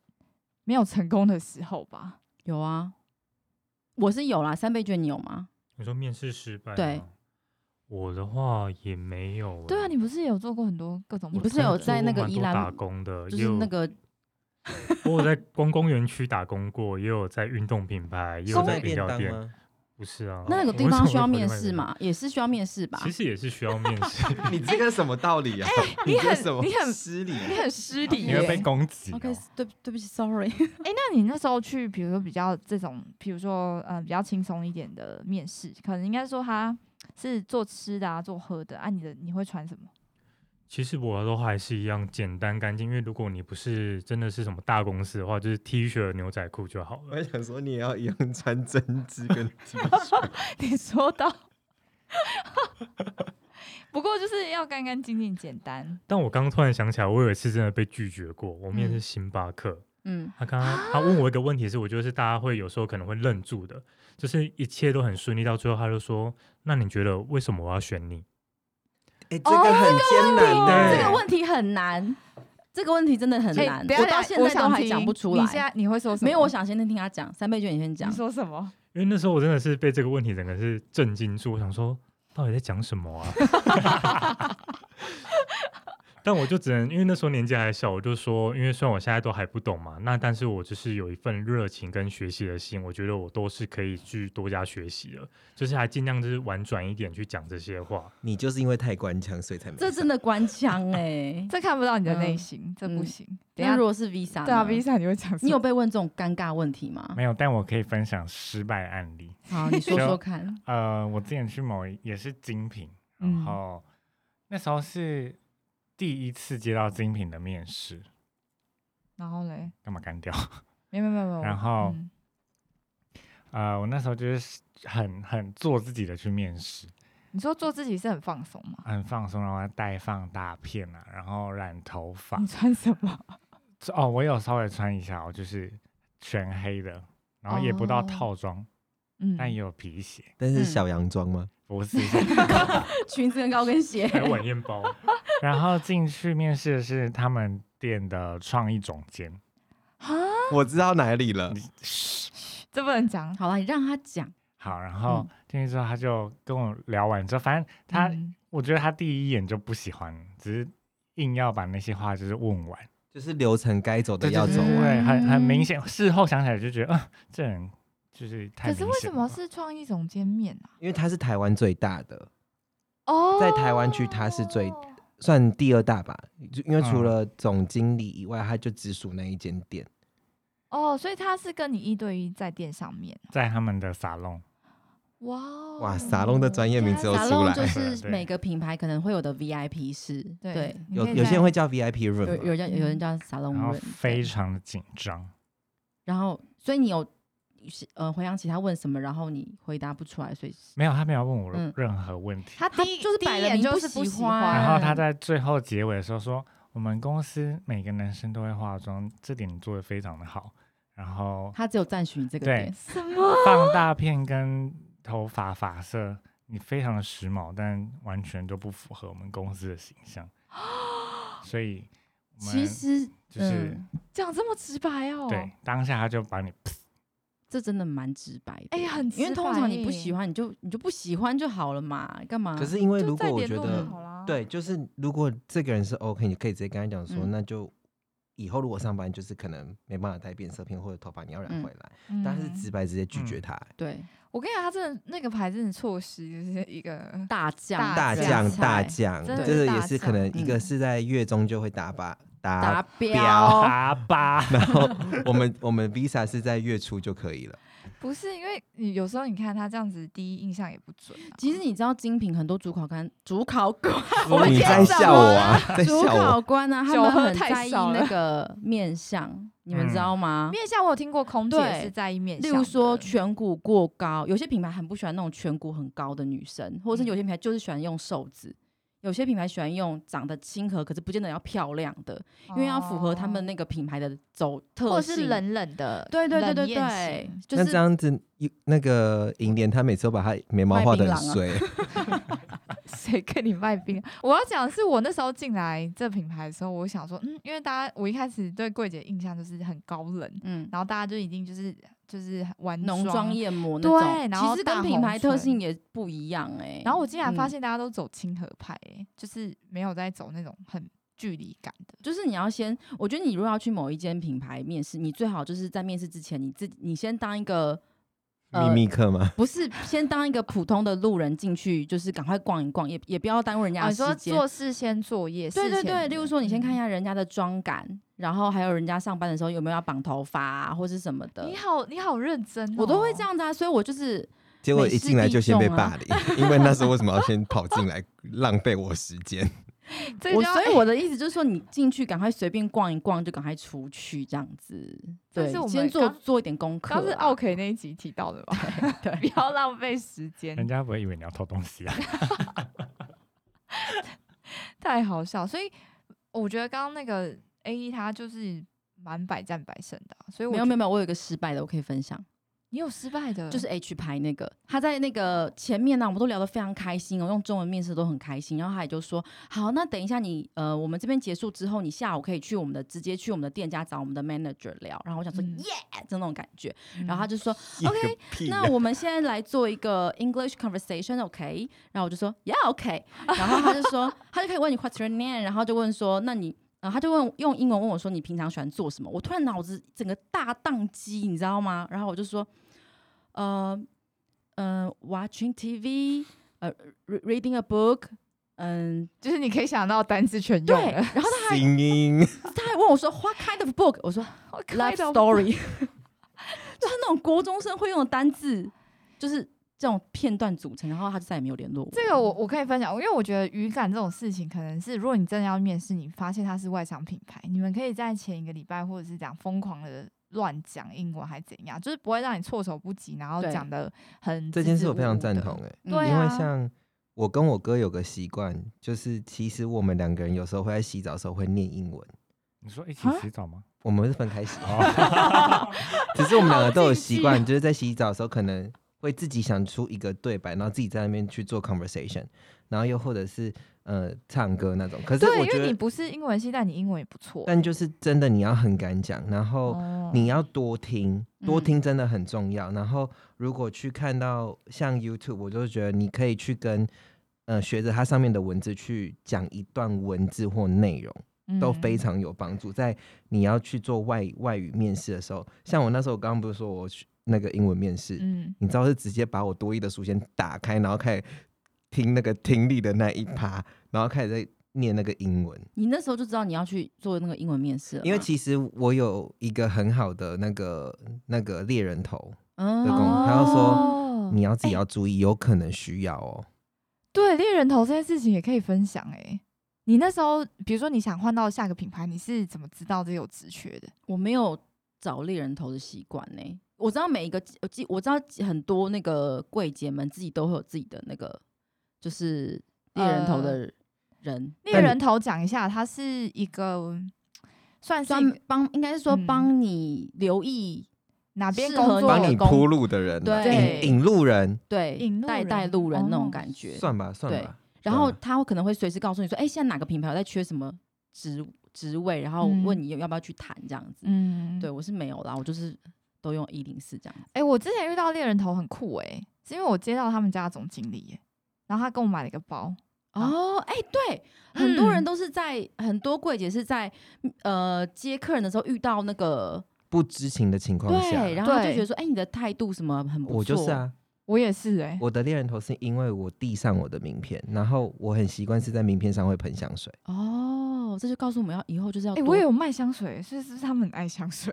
没有成功的时候吧？有啊，我是有啦，三倍券你有吗？你说面试失败吗？对我的话也没有欸、对啊，你不是有做过很多各种你不不是有在那个我蛮宜多兰打工的，就也是有那个 [LAUGHS] 我有在观光园区打工过，也有在运动品牌，也有是在卖饮便料当店。吗？不是啊，那个我地为什方么需要会面跑去外试面？嘛，也是需要面试吧其？实也是需要面试。 [LAUGHS] [LAUGHS] 你这个什么道理啊？你这很什么你很失礼啊？你很失礼你耶、会哎、被攻击哦。 OK，对对不起，sorry。那你那时候去，比如说比较这种，比如说呃比较轻松一点的面试，可能应该说他是做吃的啊，做喝的啊，你的你会穿什么？ [LAUGHS] 其实我都还是一样简单干净，因为如果你不是真的是什么大公司的话，就是 T 恤、牛仔裤就好我了。哎还想说，你也要一样穿针织跟 T 恤，你说 [LAUGHS] 到，不过就是要干干净净、简单。但我刚突然想起来，我有一次真的被拒绝过，我面嗯试星巴克。嗯，他刚刚他问我一个问题是，我觉得是大家会有时候可能会愣住的，就是一切都很顺利，到最后他就说：“那你觉得为什么我要选你哎、这个很艰难欸的、对这个问题很难，这个问题真的很哎难，等一下我到现在都还讲不出你现来。在你会说什么？没有，我想先听他讲。三倍券，你先讲你。说什 [LAUGHS] 么？？”。因为那时候我真的是被这个问题整个是震惊住，我想说到底在讲什么啊？ [LAUGHS] 但我就只能因为那时候年纪还小，我就说，因为虽然我现在都还不懂嘛，那但是我就是有一份热情跟学习的心，我觉得我都是可以去多加学习的，就是还尽量就是婉转一点去讲这些话。你就是因为太官腔，所以才没这上真的官腔哎这看不到你的内嗯心，这嗯不行。 [LAUGHS] 等一那下如，果是 Visa，对啊呢，Visa 你会讲什么？你有被问这种尴尬问题吗？没有，但我可以分享失败案例。好，你说说看。呃，我之前去某一也是精品，嗯然后、那时候是第一次接到精品的面试，然后嘞，干嘛干掉？ [LAUGHS] 没有没有没有。然后嗯呃，我那时候就是很很做自己的去面试，你说做自己是很放松吗？很放松，然后戴放大片啊，然后染头发你。穿什么？哦，我有稍微穿一下，哦，就是全黑的，然后也不到哦套装，嗯，但也有皮鞋，但是嗯小洋装吗？不是。 [LAUGHS] 裙子跟高跟鞋。还有晚宴包， [LAUGHS] 然后进去面试的是他们店的创意总监， [LAUGHS] 啊，我知道哪里了你这不能讲。好了，你让他讲。好，然后进去之后他就跟我聊完之后，反正他、嗯我觉得他第一眼就不喜欢，只是硬要把那些话就是问完，就是流程该走的对要对走对完。对，很很嗯明显。事后想起来就觉得，啊、这人就是太可是明显了。为什么是创意总监面啊？因为它是台湾最大的，哦，在台湾区它是最算第二大吧，就因为除嗯了总经理以外，它就只属那一间店。哦，所以他是跟你一对一在店上面。在他们的沙龙？哇哦哇，沙龙的专业名字又啊沙出龙来就了，是对每个品牌可能会有的 VIP 室，对对，，嗯你有可以有在些人会叫 VIP 有 room，嘛有人有人叫沙龙然后人，非常的紧张，然后所以你有呃回想起他问什么，然后你回答不出来，所以没有他没有问我嗯任何问题。他嗯他第一就是第一摆了眼明就不是喜不喜欢欢然后他在最后结尾的时候说：“我们公司每个男生都会化妆，这点你做的非常的好。”然后他只有赞许你这个对点。什么？放大片跟头发发色，你非常的时髦，但完全都不符合我们公司的形象。 [GASPS] 所以我们其实就是、嗯讲这么直白哦？对当下他就把你这真的蛮直白的，哎呀很因为直通白常你不喜耶欢，你就你就不喜欢就好了嘛，干嘛？可是因为就如再果我联觉络得就好啊啦。对，就是如果这个人是 OK，你可以直接跟他讲说，嗯那就以后如果上班就是可能没办法戴变色片或者头发你要染嗯回来，嗯，但他是直白直接拒绝嗯他、对我跟你讲，他真的那个牌真的错失就是一个 [LAUGHS] 大将大这将样大才将，真的就是是也大是可将能一个嗯是在月中就会打靶达打，标，打吧。 [LAUGHS] 然后 [LAUGHS] 我们我们 Visa 是在月初就可以 [LAUGHS] 了。不是因为你有时候你看他这样子，第一印象也不准啊、其实你知道精品很多主考官，主考官，我们你今在天怎笑么我啊，在主笑考我。官啊，他酒们喝很太在意少那了个面相，你们嗯知道吗？面相我有听过空姐对是在意面例相的，如说颧骨过高，有些品牌很不喜欢那种颧骨很高的女生，或嗯者是有些品牌就是喜欢用瘦子，有些品牌喜欢用长得亲和，可是不见得要漂亮的，因为要符合他们哦那个品牌的走特或性。是冷冷的，对对对对冷艳 [LAUGHS] 对型，就那这是样子，一那个银莲她每次都把她眉毛卖画的槟很榔啊衰， [LAUGHS] 谁跟你卖冰？啊 [LAUGHS] 我要讲的是我那时候进来这品牌的时候，我想说，嗯，因为大家我一开始对柜姐印象就是很高冷，嗯，然后大家就一定就是就是玩浓妆妆。艳抹那种，对然后其实大跟品红牌特唇性也不一样哎、然后我竟然发嗯现大家都走亲和派、欸，就是没有在走那种很距离感的。嗯就是你要先，我觉得你如果要去某一间品牌面试，你最好就是在面试之前，你自己你先当一个呃秘密课吗？不是先当一个普通的路人进去，就是赶快逛一逛，也也不要耽误人家啊，的你说时间。做事先作业，对事前对对，的例如说你先看一嗯下人家的妆感，然后还有人家上班的时候有没有要绑头发、啊、或是什么的你，好，你好认真、哦我都会这。样子啊。所以我就是结果美一式进来必就先被中啊霸凌， [LAUGHS] 因为那时候为什么要先跑进来浪费我时间？这我，就要 [LAUGHS] 所以我的意思就是说，你进去赶快随便逛一逛，就赶快出去这样子。这对是我，们先做刚做一点功课、啊。刚是 OK 那一集提到的吧？对， [LAUGHS] 不要浪费时间，嗯人家不会以为你要偷东西啊。太好笑。所以我觉得刚刚那个 A 一他就是蛮百战百胜的啊、所以我没有没有有，没有，我有一个失败的，我可以分享。你有失败的，就是 H 牌那个，他在那个前面呢、我们都聊得非常开心哦，用中文面试都很开心。然后他也就说，好，那等一下你呃，我们这边结束之后，你下午可以去我们的直接去我们的店家找我们的 manager 聊。然后我想说，嗯耶，就那种感觉。嗯，然后他就说，一个屁啊那呀我们现在来做一个 English conversation，OK？、然后我就说 Yeah，OK、然 [LAUGHS] 后他就说，他就可以问你 What's your name？然后就问说，那你。呃，他就问用英文问我说你平常喜欢做什么？我突然脑子整个大宕机，你知道吗？然后我就说，呃，呃，watching TV，呃，re-，reading a book，嗯，就是你可以想到单字全用对。了，然后精英，他他还问我说 What kind of book？我说我开 Love 头 Story，就是那种国中生会用的单字，就是这种片段组成，然后他就再也没有联络我。这个我我可以分享，因为我觉得语感这种事情，可能是如果你真的要面试，你发现它是外商品牌，你们可以在前一个礼拜或者是讲疯狂的乱讲英文还怎样，就是不会让你措手不及，然后对讲的很这件支支事我非吾常吾赞的同。哎、嗯对因为啊，像我跟我哥有个习惯，就是其实我们两个人有时候会在洗澡的时候会念英文，你说一哎起啊洗澡吗？我们是分开洗，哦，只是我们两个都有习好哦惯，就是在洗澡的时候可能会自己想出一个对白，然后自己在那边去做 conversation，然后又或者是呃唱歌那种。可是对，我因觉为你得，不是英文系，但你英文也不错。但就是真的你要很敢讲，然后。哦你要多听，多嗯听真的很重要。然后如果去看到像 YouTube，我就觉得你可以去跟呃学着它上面的文字去讲一段文字或内容，都非嗯常有帮助。在你要去做外外语面试的时候，像我那时候刚刚不是说我去那个英文面试，嗯，你知道是直接把我多一的书先打开，然后开始听那个听力的那一趴，然后开始在念那个英文。你那时候就知道你要去做那个英文面试了吗，因为其实我有一个很好的那个那个猎人头，嗯这种他要说哦你要哎自己要注意，有可能需要哦。对猎人头这件事情也可以分享哎、你那时候，比如说你想换到下个品牌，你是怎么知道这有职缺的？我没有找猎人头的习惯呢。我知道每一个我记我知道很多那个柜姐们自己都会有自己的那个，就是猎人头的人。呃猎但你人头讲一下，它是一个算是专一个帮应该是说嗯帮你留意哪边适工合作帮帮你你公铺路的人啊，对引引路人，对引路带带人路人那哦种感觉，算吧算吧。然对后啊他会可能会随时告诉你说，哎、现在哪个品牌有在缺什么职职位，然后嗯问你要不要去谈这样子。嗯，对我是没有啦，我就是都用一零四这样子。哎、我之前遇到猎人头很酷哎、是因为我接到他们家的总经理耶、欸然后他跟我买了一个包，哦，哎、对，很多人嗯都是在、很多柜姐是在呃接客人的时候遇到那个不知情的情况下，对，然后他就对觉得说，哎、你的态度什么很不错，我就是，啊，我也是哎、我的猎人头是因为我递上我的名片，然后我很习惯是在名片上会喷香水，哦，这就告诉我们要以后就是要哎、多，我也有卖香水，所以是不是他们很爱香水？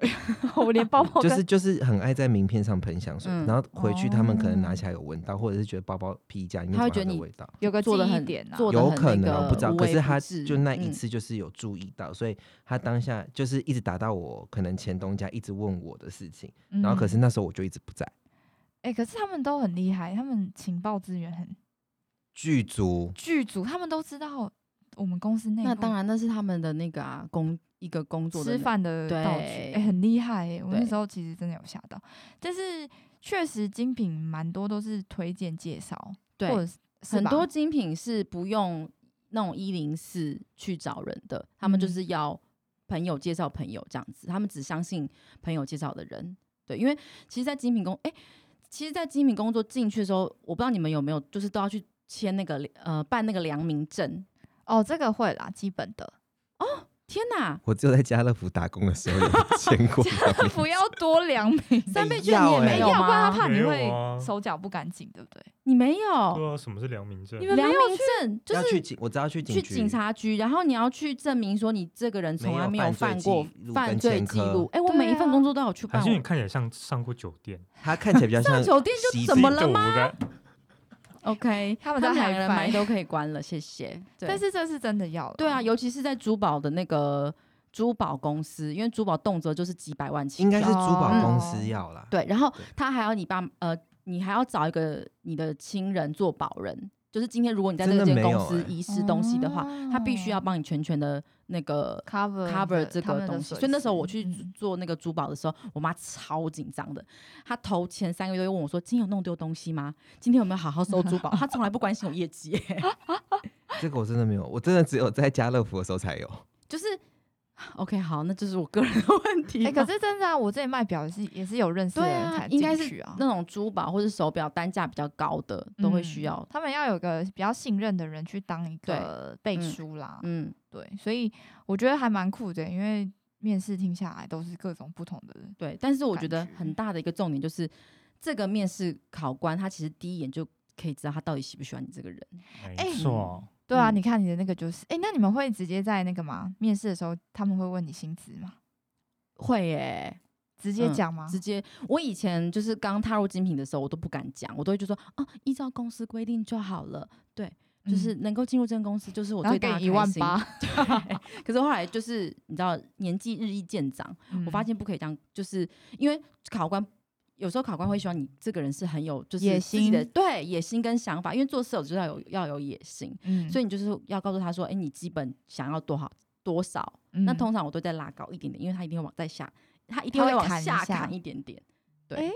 我连包包就跟是就是很爱在名片上喷香水，嗯然后回去他们可能哦拿起来有闻到，或者是觉得包包皮夹里面他会怎么觉得有你味道。有个记做得忆很点啊，做得有很可那能个我不知道，无可微是不他至就那一嗯次就是有注意到，所以他当下就是一直打到我可能前东家一直问我的事情，然后可嗯是那时候我就一直不在，哎、可是他们都很厉害，他们情报资源很剧组剧组，他们都知道我们公司内那部当然那是他们的那个啊工一个工作的吃那饭的道具，哎、对很厉害、欸。我那对时候其实真的有吓到，但是确实精品蛮多都是推荐介绍，对或者是是很吧多精品是不用那种一零四去找人的，他们就嗯是要朋友介绍朋友这样子，他们只相信朋友介绍的人。对，因为其实，在精品工，哎、其实，在精品工作进去的时候，我不知道你们有没有，就是都要去签那个呃办那个良民证。哦，这个会啦，基本 [LAUGHS] 的，天哪，我只有在家乐福打工的时候有签过良民不要多 [LAUGHS] 良民，三倍券要你也欸没要有不然他吗？怕你没有会啊手脚不干净，对不对？你没有对啊，什么是良民证你？们没良有民证，就要是去警，我知道去警去局警察局，然后你要去证明说你这个人从来没有犯过没有犯犯罪罪记记录跟前科录。哎、我对每一份啊工作都有去还办是你我。看起来像上过酒店？他看起来比较像上酒店就洗怎衣么机了就吗我在 OK，他们在们两嗨个人翻麦都可以关了，谢 [LAUGHS] 谢。对但是这是真的哦要啦对啊，，尤其是在珠宝的那个珠宝公司，因为珠宝动辄就是几百万起跳，应该是珠宝公哦司要啦。对，然后对他还要你爸呃，你还要找一个你的亲人做保人，就是今天如果你在真这的间没公有司欸遗失东西的话，他必须要哦帮你全权的那个 cover cover 这他们个的东西。损所以那时候失我去嗯做那个珠宝的时候，我妈超紧张的。她头前三个月就问我说：“今天有弄丢东西吗？今天有没有好好收珠宝？”她从来不关心我业绩欸、这个我真的没有，我真的只有在家乐福的时候才有。就是 OK，好，那就是我个人的问题吧。哎、可是真的啊，我这里卖表也是也是有认识的对人啊才，应该进去是啊，那种珠宝或是手表单价比较高的都会需嗯要。他们要有个比较信任的人去当一对个背嗯书啦。嗯，对，所以我觉得还蛮酷的，因为面试听下来都是各种不同的。对。但是我觉感得觉很大的一个重点就是，这个面试考官他其实第一眼就可以知道他到底喜不喜欢你这个人。没错，对啊，嗯你看你的那个就是，哎、那你们会直接在那个吗？面试的时候他们会问你薪资吗？会耶、直接嗯讲吗？直接，我以前就是刚踏入精品的时候，我都不敢讲，我都会就说啊，依照公司规定就好了。对，就是嗯能够进入这间公司，就是我然后最给大的你一万开心。八， [LAUGHS] 可是后来就是你知道，年纪日益渐长，我发嗯现不可以这样，就是因为考官有时候考官会希望你这个人是很有就是野自己的心对野心跟想法，因为做事我就要有要有野心，嗯以、所以你就是要告诉他说，哎、你基本想要多少多少，那嗯通常我都在拉高一点点，因为他一定会往再下，他一定他会会往砍一下下砍一点点。对诶，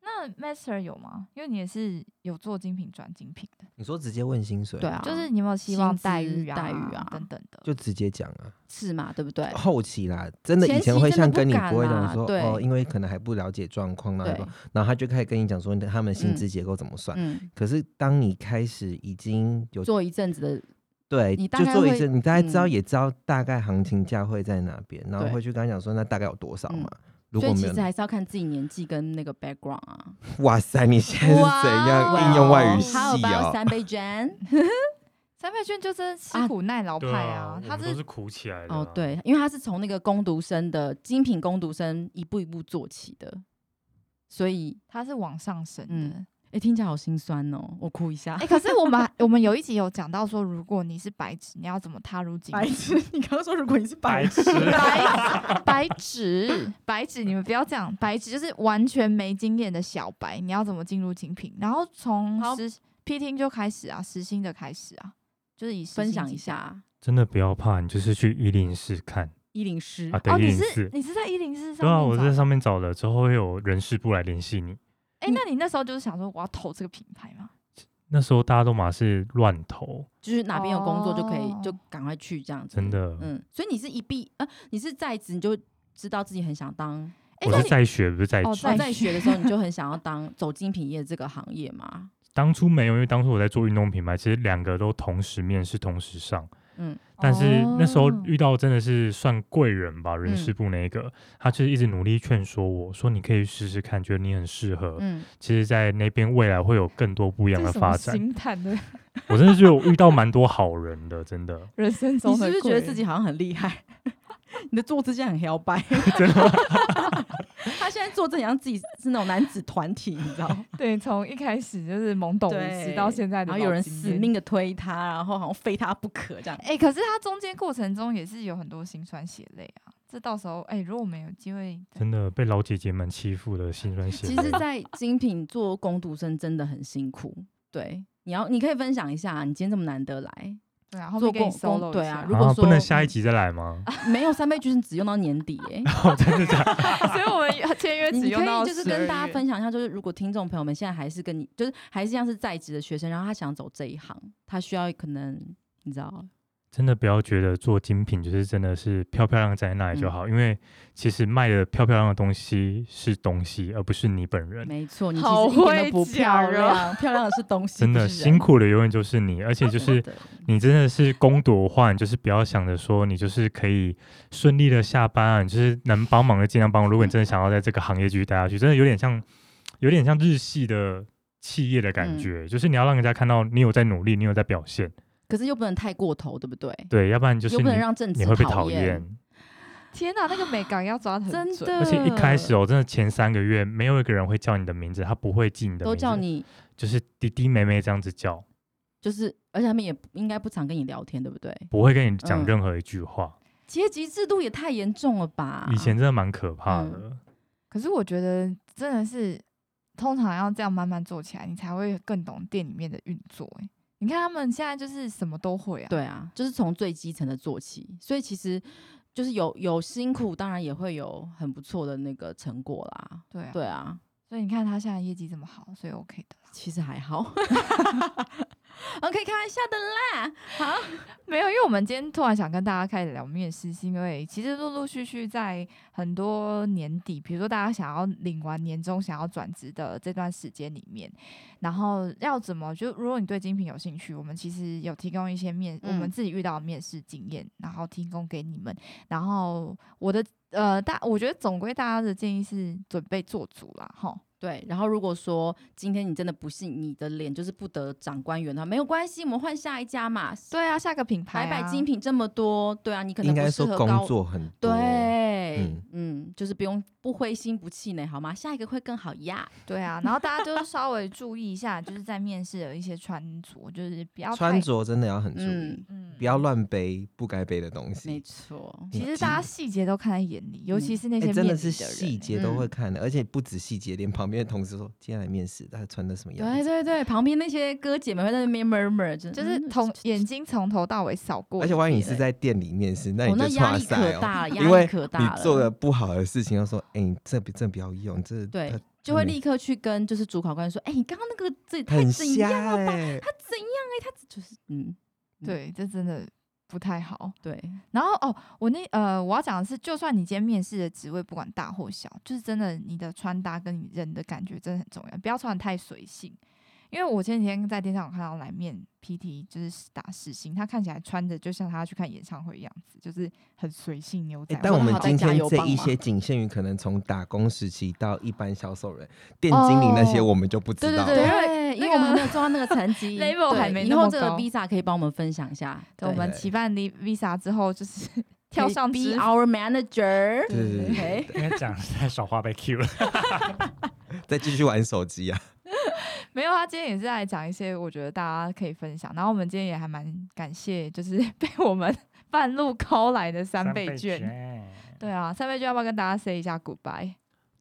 那 master 有吗？因为你也是有做精品转精品的，你说直接问薪水，对啊，就是你有没有希薪望待资遇啊、待遇啊等等的？就直接讲啊。是嘛，对不对？后期啦，真的前以前期会真的像不跟你敢不会啦讲说对哦，因为可能还不了解状况那对种，，然后他就开始跟你讲说他们薪嗯资结构怎么算。嗯，可是当你开始已经有做一阵子的，对，你大就概做一会次，你大概知道嗯也知道大概行情价会在哪边，然后对会去跟他讲说那大概有多少嗯嘛。如所果以没其有实，还是要看自己年纪跟那个 background 啊。哇塞，你现在是怎哇样应用外语系还有包哦？三杯卷。三倍券就是吃啊苦耐劳派对啊，我他们都是是苦起来的啊哦，，对，因为他是从那个攻读生的精品攻读生一步一步做起的，所以他是往上升的。嗯哎、诶听起来好心酸哦，我哭一下。哎、可是我们我们有一集有讲到说，如果你是白纸，你要怎么踏入精品？痴，你刚刚说如果你是白痴，白白纸，白纸，你们不要这样，白纸就是完全没经验的小白，你要怎么进入精品？然后从好实 P 听就开始啊，实心的开始啊，就是以实分薪享计一价。下真的不要怕，你就是去一零四看一零师啊，对，哦，一你零四是，你是在一零四上对啊，面我找在上面找了之后，会有人事部来联系你。哎、那你那时候就是想说我要投这个品牌吗？那时候大家都嘛是乱投，就是哪边有工作就可以，哦就赶快去这样子。真，的，嗯，所以你是一毕呃，你是在职你就知道自己很想当，哎、我那是你在学不是在哦职在。哦在学的时候你就很想要当走精品业这个行业 [LAUGHS] 嘛？当初没有，因为当初我在做运动品牌，其实两个都同时面试，同时上。嗯，但是那时候哦嗯遇到真的是算贵人吧，人事部那一个，他就是一直努力劝说我说你可以试试看，觉得你很适合。嗯，其实，在那边未来会有更多不一样这的是什么发展。心态的我真的觉得我遇到蛮多好人的，真 [LAUGHS] 的人生你中是的不是觉贵得人自己好像很厉害？ [LAUGHS] 你的坐姿现在很 [LAUGHS] 摇摆，真的 [LAUGHS] 他现在坐正，像自己是那种男子团体，你知道吗？ [LAUGHS] 对，从一开始就是懵懂无知到现在的老经验，然后有人死命的推他，然后好像非他不可这样。哎、可是他中间过程中也是有很多辛酸血泪啊。这到时候哎、如果我们有机会，真的被老姐姐们欺负的心酸血其泪。实，在精品做工读生真的很辛苦。对，你要你可以分享一下，你今天这么难得来，对啊，后做面给你工工 solo 一对下啊如果啊，说不能下一集再来吗？ [LAUGHS] 没有三倍券只用到年底 [LAUGHS] 哎、所以我们签约你只可用到以就是跟大12家月分享一下，就是如果听众朋友们现在还是跟你，就是还是像是在职的学生，然后他想走这一行，他需要可能你知道真的不要觉得做精品就是真的是漂漂亮在那里就嗯好，因为其实卖的漂漂亮的东西是东西，而不是你本人。没错，你其好实一点会都不漂讲哦亮，漂亮的是东西，真不的是人辛苦的永远就是你，而且就 [LAUGHS] 真是的你真的是攻读话，你就是不要想着说你就是可以顺利的下班啊，你就是能帮忙的尽量帮忙。如果你真的想要在这个行业继续待下去，真的有点像有点像日系的企业的感嗯觉，就是你要让人家看到你有在努力，你有在表现，可是又不能太过头，对不对？对，要不然就是又你不能让政治你会被讨讨厌厌。。天哪，那个美感要抓的真很准，的而且一开始哦，真的前三个月没有一个人会叫你的名字，他不会记你的名字，都叫你，就是弟弟妹妹这样子叫，就是而且他们也不应该不常跟你聊天，对不对？不会跟你嗯讲任何一句话。阶级制度也太严重了吧？以前真的蛮可怕的。啊嗯可是我觉得真的是，通常要这样慢慢做起来，你才会更懂店里面的运作、欸。你看他们现在就是什么都会啊，对啊，就是从最基层的做起，所以其实就是有有辛苦，当然也会有很不错的那个成果啦。对啊，对啊，所以你看他现在业绩这么好，所以 OK 的啦。其实还好。OK，开玩笑的啦。好，没有，因为我们今天突然想跟大家开始聊面试，是因为其实陆陆续续在很多年底，比如说大家想要领完年终想要转职的这段时间里面，然后要怎么就如果你对精品有兴趣，我们其实有提供一些面、我们嗯自己遇到的面试经验，然后提供给你们。然后我的呃大，我觉得总归大家的建议是准备做足啦，哈。对，然后如果说今天你真的不信你的脸就是不得长官缘的话，没有关系，我们换下一家嘛。对啊，下个品牌、百啊、百精品这么多，对啊，你可能应不该适说合高工作很多，对，嗯嗯就是不用不灰心不气馁，好吗？下一个会更好呀。对啊，然后大家就稍微注意一下，就是在面试有一些穿着，就是不要太穿，着真的要很注意嗯，，嗯不要。乱背不该背的东没西。错，其实大家细节都看在眼里，嗯尤其是那哎些面真试的是人细欸节都会看的，而且不止细节，连旁边的同事说今天来面试，他穿的什么样对子，对对，旁边那些哥姐们会在那边 murmur，就就是嗯从眼睛从头到尾扫过一遍。而且万一你是在店里面试，那哦你那就压差力可赛哦，大 [LAUGHS] 了，因压力为可大你了。做了不好的事情，要说哎，你这不这不要用，这对他就会嗯立刻去跟就是主考官说，哎、你刚刚那个这也太很怎样瞎了吧？哎，他怎样哎、他就是嗯，对，这真的不太好。对，然后哦，我那呃，我要讲的是，就算你今天面试的职位不管大或小，就是真的你的穿搭跟你人的感觉真的很重要，不要穿的太随性。因为我前几天在电视上有看到来面 PT 就是打世星，他看起来穿着就像他要去看演唱会一样子，就是很随性牛仔欸裤。但我们好在今加天油这棒一嘛些仅限于可能从打工时期到一般销售人、店经理那些，哦我们就不知对对道。对，因因为为因那为我们还个没有做到那个层 [LAUGHS] 级 level 对还没以那后么这个高 Visa 可以帮我们分享一下，等我们期盼 Li- Visa 之后，就是 [LAUGHS] 跳可以上 be 知 our manager。对对对对 OK，因为讲实在，小花被 Q 了。再继续玩手机啊！没有，他今天也是来讲一些我觉得大家可以分享。然后我们今天也还蛮感谢，就是 [LAUGHS] 被我们半路抠来的三倍券。对啊，三倍券要不要跟大家 say 一下 goodbye？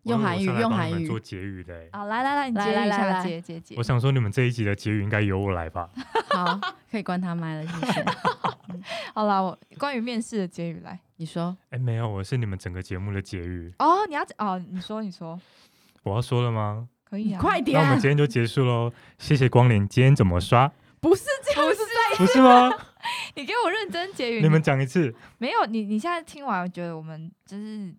我用以为韩我语上来用帮韩你们语做结语的欸、啊，来来来，你来接来一来下，来接接接我。想说你们这一集的结语应该由我来吧？好，可以关他麦 [LAUGHS] 了，谢谢。好啦，我关于面试的结语来。你说哎、没有，我是你们整个节目的结语，哦，你要讲哦，你说你说，我要说了 [LAUGHS] 吗？可以你啊。 [LAUGHS] 快点那我啊们，今天就结束喽，谢谢光临，今天怎么刷？不是这样子在不 [LAUGHS] 是吗？你给我认真结语。你们讲一次，没有你，你现在听完，我觉得我们就是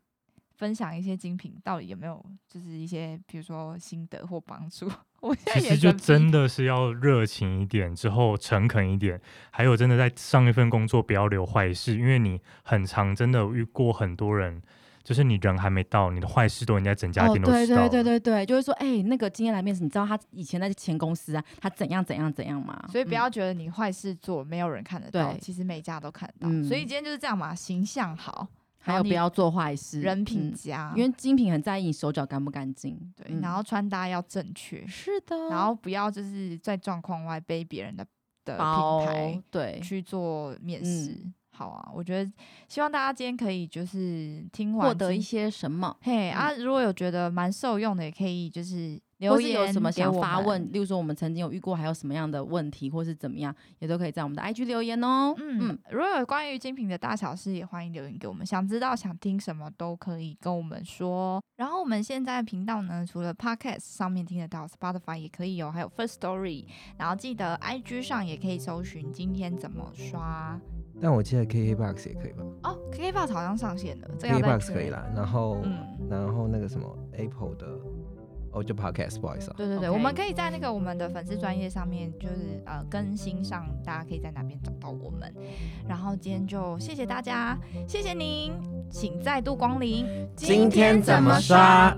分享一些精品，到底有没有就是一些比如说心得或帮助？ [LAUGHS] 我现在其也实就跟真的是要热情一点，之后诚恳一点，还有真的在上一份工作不要留坏事，因为你很常真的有遇过很多人，就是你人还没到，你的坏事都人家整家哦，店都对知道了。对对对对，就是说，哎、那个今天来面试，你知道他以前在前公司啊，他怎样怎样怎样吗？所以不嗯要觉得你坏事做没有人看得到，对其实每家都看得到。嗯所以今天就是这样嘛，形象好，还然后有你不要做坏事，人品嗯佳，因为精品很在意你手脚干不干净。对，嗯哦然后穿搭要正确，是的，然后不要就是在状况外背别人的的包品牌对，去做面试。嗯好啊，我觉得希望大家今天可以就是听完获得今一些什么，嘿啊，如果有觉得蛮受用的，也可以就是留或是言有什么给想我发们问，例如说我们曾经有遇过还有什么样的问题，或是怎么样，也都可以在我们的 IG 留言哦。嗯，如果有关于精品的大小事，也欢迎留言给我们。想知道、想听什么都可以跟我们说。然后我们现在的频道呢，除了 Podcast 上面听得到，Spotify 也可以哦有，还有 First Story。然后记得 IG 上也可以搜寻今天怎么刷。但我记得 KKBOX 也可以吧哦，KKBox 好像上线了，这个要再，KKBOX 可以了。啦。然后，嗯然后那个什么 Apple 的，哦，就 Podcast，不好意思啊。对对对我 OK 们可以在那个我们的粉丝专业上面，就是呃更新上，大家可以在哪边找到我们。然后今天就谢谢大家，谢谢您，请再度光临。今天怎么刷？